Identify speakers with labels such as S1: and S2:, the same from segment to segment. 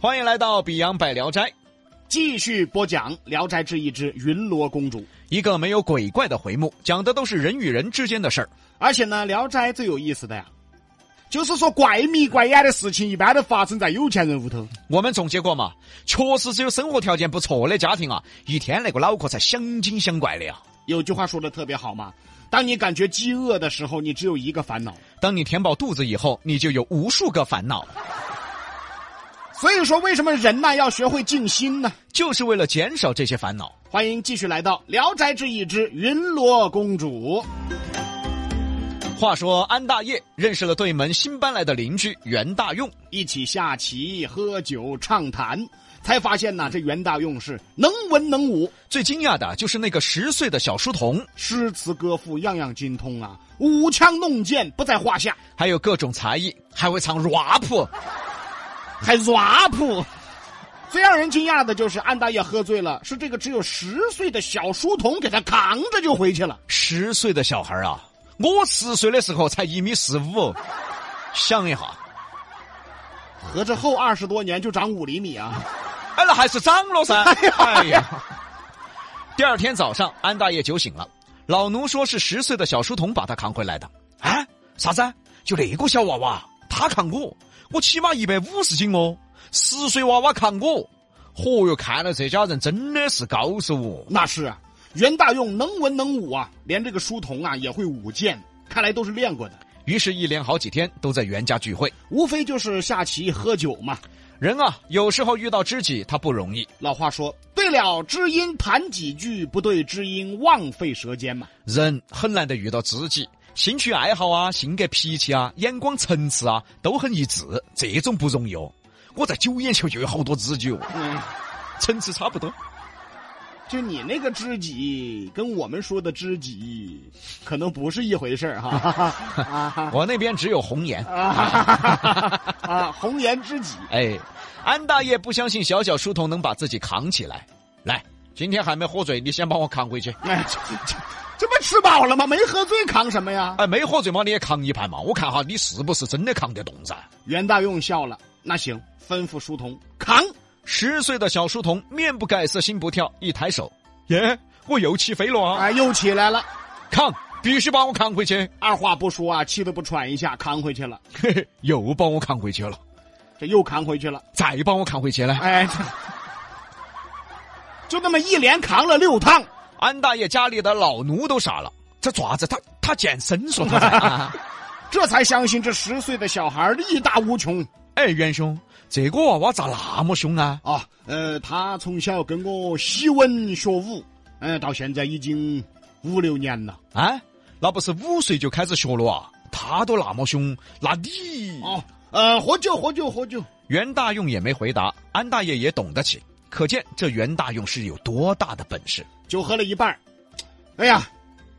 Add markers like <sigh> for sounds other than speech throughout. S1: 欢迎来到比洋百聊斋，
S2: 继续播讲《聊斋志异》之云罗公主。
S1: 一个没有鬼怪的回目，讲的都是人与人之间的事儿。
S2: 而且呢，《聊斋》最有意思的呀，就是说怪迷怪眼的事情，一般都发生在有钱人屋头。
S1: 我们总结过嘛，确实只有生活条件不错的家庭啊，一天那个脑壳才想精想怪的呀。
S2: 有句话说的特别好嘛，当你感觉饥饿的时候，你只有一个烦恼。
S1: 当你填饱肚子以后，你就有无数个烦恼，
S2: 所以说，为什么人呢要学会静心呢？
S1: 就是为了减少这些烦恼。
S2: 欢迎继续来到《聊斋志异》之云罗公主。
S1: 话说安大业认识了对门新搬来的邻居袁大用，
S2: 一起下棋、喝酒、畅谈，才发现呐，这袁大用是能文能武，
S1: 最惊讶的就是那个十岁的小书童，
S2: 诗词歌赋样样精通啊，舞枪弄剑不在话下，
S1: 还有各种才艺，还会唱 rap。
S2: 还 rap。最让人惊讶的就是安大爷喝醉了，是这个只有十岁的小书童给他扛着就回去了。
S1: 十岁的小孩儿啊，我十岁的时候才一米四五，想一下，
S2: 合着后二十多年就长五厘米啊！
S1: 哎，那还是长了噻。 <laughs> 哎呀，第二天早上，安大爷酒醒了，老奴说是十岁的小书童把他扛回来的。啊，啥子？就那个小娃娃，他扛我，我起码一百五十斤哦，十岁娃娃扛我。嚯哟，看来这家人真的是高手哦。
S2: 那是啊，袁大用能文能武啊，连这个书童啊也会舞剑，看来都是练过的，
S1: 于是，一连好几天都在袁家聚会。
S2: 无非就是下棋喝酒嘛。
S1: 人啊，有时候遇到知己，他不容易。
S2: 老话说，对了知音谈几句，不对知音浪费舌尖嘛。
S1: 人很难得遇到知己，兴趣爱好啊、性格脾气啊、眼光层次啊都很一致，这种不容易哦。我在九眼桥就有好多知己哦， <laughs>
S2: 嗯，
S1: 层次差不多。
S2: 就你那个知己跟我们说的知己，可能不是一回事儿哈。啊
S1: 我那边只有红颜。
S2: 啊啊！红颜知己，
S1: 哎，安大爷不相信小小书童能把自己扛起来。来，今天还没喝醉，你先把我扛回去。
S2: 哎，这这这不吃饱了吗？没喝醉扛什么呀？
S1: 哎，没喝醉嘛，你也扛一盘嘛，我看哈你是不是真的扛得动噻。
S2: 袁大用笑了，那行，吩咐书童扛。
S1: 十岁的小书童面不改色心不跳，一抬手，耶，我又起飞了啊！
S2: 哎，又起来了，
S1: 扛，必须把我扛回去。
S2: 二话不说啊，气得不喘一下，扛回去了，
S1: 嘿嘿， <laughs> 又帮我扛回去了，
S2: 这又扛回去了。
S1: 再帮我扛回去了。
S2: 哎，这就那么一连扛了六趟。
S1: 安大爷家里的老奴都傻了，这爪子他他健身说他在、啊。
S2: 这才相信这十岁的小孩力大无穷
S1: 哎，元兄，这个娃娃咋那么凶啊？
S2: 啊！呃，他从小跟我习文学武，嗯、到现在已经五六年了。
S1: 啊，那不是五岁就开始学了啊？他都那么凶，那你……
S2: 哦，呃，喝酒，喝酒，喝酒。
S1: 袁大用也没回答，安大爷也懂得起，可见这袁大用是有多大的本事。
S2: 酒喝了一半儿，哎呀，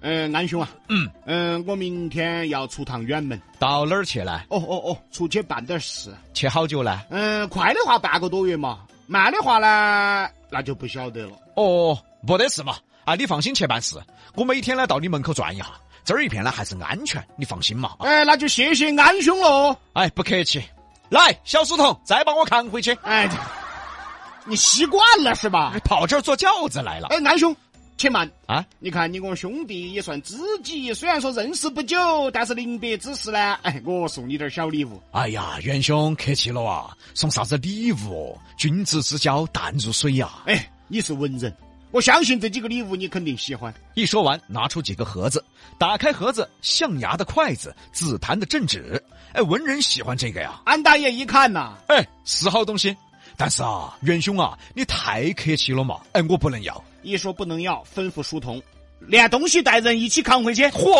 S2: 呃，安兄啊，嗯，呃，我明天要出趟远门，
S1: 到哪儿去呢？
S2: 哦哦哦，出去办点事，
S1: 去好久呢？
S2: 嗯、快的话半个多月嘛，慢的话呢，那就不晓得了。
S1: 哦，没得事嘛。啊，你放心去办事，我每天呢到你门口转一下，这儿一片呢还是安全，你放心嘛。啊
S2: 哎，那就谢谢安兄喽。
S1: 哎，不客气。来，小书童，再把我扛回去。
S2: 哎，这你习惯了是吧？
S1: 跑这儿坐轿子来了
S2: 哎，安兄，且慢，
S1: 啊！
S2: 你看你我兄弟也算知己，虽然说认识不久，但是临别之时呢，哎，我送你点小礼物。
S1: 哎呀，元兄客气了啊，送啥子礼物哦？君子之交淡如水呀、
S2: 哎，你是文人，我相信这几个礼物你肯定喜欢。
S1: 一说完，拿出几个盒子，打开盒子，象牙的筷子，紫檀的镇纸。哎，文人喜欢这个呀。
S2: 安大爷一看呐、
S1: 哎，是好东西。但是啊，元兄啊，你太客气了嘛。哎，我不能要。
S2: 一说不能要，吩咐书童，连东西带人一起扛回去。
S1: 嚯，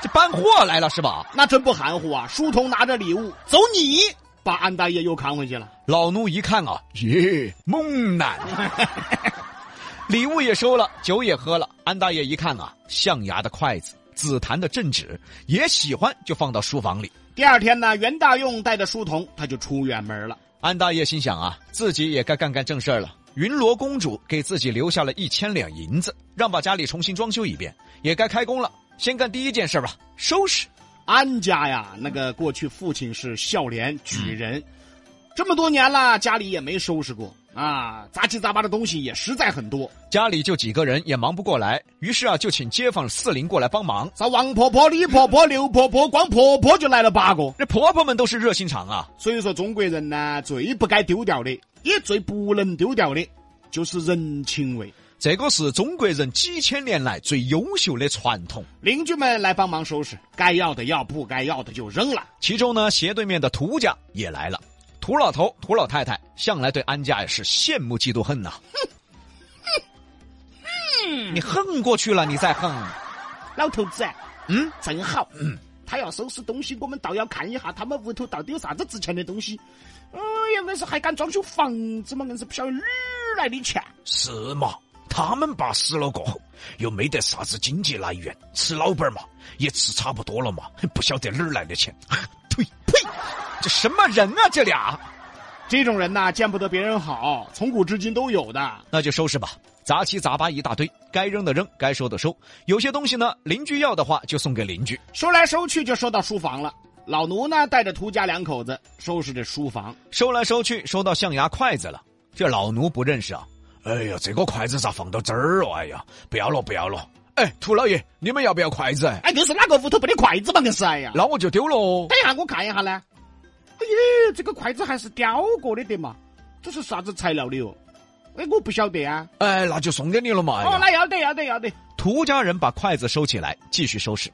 S1: 这搬货来了是吧？
S2: 那真不含糊啊！书童拿着礼物走你，把安大爷又扛回去了。
S1: 老奴一看啊，耶，猛男， <laughs> 礼物也收了，酒也喝了。安大爷一看啊，象牙的筷子，紫檀的镇纸，也喜欢，就放到书房里。
S2: 第二天呢，袁大用带着书童，他就出远门了。
S1: 安大爷心想啊，自己也该干干正事儿了。云罗公主给自己留下了一千两银子，让把家里重新装修一遍，也该开工了。先干第一件事吧，收拾。
S2: 安家呀，那个过去父亲是孝廉举人，这么多年了，家里也没收拾过啊，杂七杂八的东西也实在很多。
S1: 家里就几个人，也忙不过来，于是啊，就请街坊四邻过来帮忙。
S2: 啥王婆婆、李婆婆、刘婆婆，光婆婆就来了八个。
S1: 那婆婆们都是热心肠啊，
S2: 所以说，中国人呢，最不该丢掉的，也最不能丢掉的，就是人情味。
S1: 这个是中国人几千年来最优秀的传统。
S2: 邻居们来帮忙收拾，该要的要，不该要的就扔了。
S1: 其中呢，斜对面的涂家也来了。涂老头、涂老太太向来对安家也是羡慕嫉妒恨呐、你恨过去了，你再恨，
S2: 老头子，
S1: 嗯，
S2: 真好。嗯，他要收拾东西，我们倒要看一下他们屋头到底有啥子值钱的东西。哎呀，硬是还敢装修房子嘛，硬是不晓得哪啊儿来的钱。
S1: 是嘛？他们爸死了过后，又没得啥子经济来源，吃老本儿嘛，也吃差不多了嘛，不晓得哪儿来的钱。呸呸，这什么人啊，这俩！
S2: 这种人呐，见不得别人好，从古至今都有的。
S1: 那就收拾吧，杂七杂八一大堆，该扔的扔，该收的收。有些东西呢，邻居要的话就送给邻居。
S2: 收来收去就收到书房了。老奴呢，带着涂家两口子收拾着书房。
S1: 收来收去，收到象牙筷子了。这老奴不认识啊！哎呀，这个筷子咋放到这儿哦？哎呀，不要了，不要了！哎，涂老爷，你们要不要筷子？
S2: 哎，就是哪个屋头没得筷子嘛？硬是哎呀！
S1: 那我就丢了哦。
S2: 等一下，我看一下呢。哎呀，这个筷子还是雕过的的嘛？这是啥子材料的哦？哎，我不晓得啊。
S1: 哎，那就送给你了嘛。哎呀
S2: 哦，那要得，要得，要得。
S1: 涂家人把筷子收起来，继续收拾。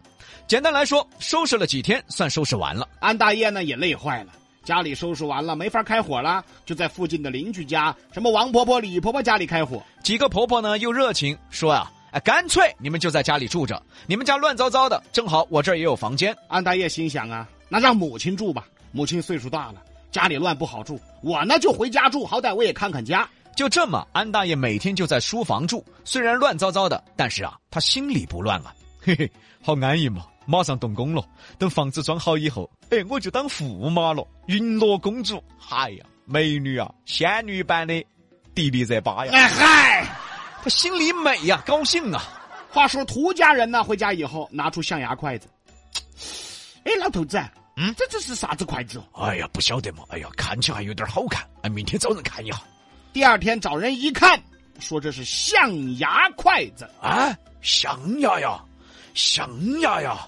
S1: 简单来说，收拾了几天，算收拾完了。
S2: 安大爷呢也累坏了，家里收拾完了没法开火了，就在附近的邻居家，什么王婆婆、李婆婆家里开火。
S1: 几个婆婆呢又热情说啊，哎，干脆你们就在家里住着，你们家乱糟糟的，正好我这儿也有房间。
S2: 安大爷心想啊，那让母亲住吧，母亲岁数大了，家里乱不好住，我呢就回家住，好歹我也看看家。
S1: 就这么，安大爷每天就在书房住，虽然乱糟糟的，但是啊，他心里不乱啊， <laughs> 嘿嘿，好安逸嘛。马上动工了，等房子装好以后，哎，我就当驸马了，云罗公主。哎呀，美女啊，仙女般的迪丽热巴呀，
S2: 哎嗨，
S1: 他心里美呀、高兴啊。
S2: 话说涂家人呢回家以后拿出象牙筷子，哎，老头子，
S1: 嗯，
S2: 这这是啥子筷子哦？
S1: 哎呀，不晓得嘛，哎呀，看起来还有点好看，哎，明天找人看一下。
S2: 第二天找人一看，说这是象牙筷子。
S1: 啊，象牙呀，象牙呀，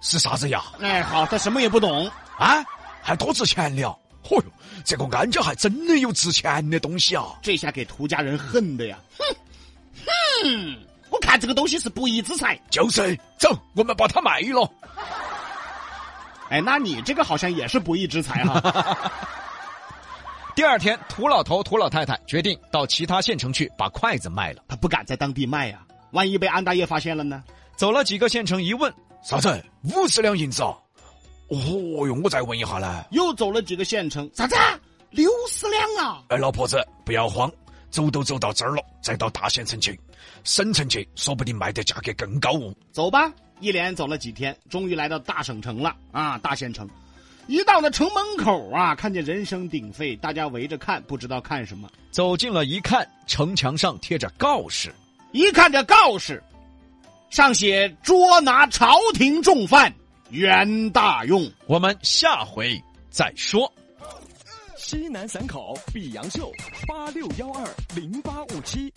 S1: 是啥子牙？
S2: 哎，好，他什么也不懂。
S1: 啊，还多值钱了！嚯哟，这个安家还真的有值钱的东西啊！
S2: 这下给涂家人恨的呀！哼，哼，我看这个东西是不义之财。
S1: 就是，走，我们把它卖了。
S2: 哎，那你这个好像也是不义之财 <laughs> 哈。
S1: 第二天，涂老头、涂老太太决定到其他县城去把筷子卖了。
S2: 他不敢在当地卖呀、万一被安大爷发现了呢？
S1: 走了几个县城，一问，啥子？五十两银子啊！哦哟，我再问一下呢。
S2: 又走了几个县城，啥子？六十两啊！
S1: 哎，老婆子，不要慌，走都走到这儿了，再到大县城去，省城去，说不定卖的价格更高哦。
S2: 走吧，一连走了几天，终于来到大省城了啊，大县城。一到了城门口啊，看见人声鼎沸，大家围着看，不知道看什么。
S1: 走近了一看，城墙上贴着告示。
S2: 一看这告示，上写捉拿朝廷重犯袁大用。
S1: 我们下回再说。
S3: 西南散口毕杨秀，八六幺二零八五七。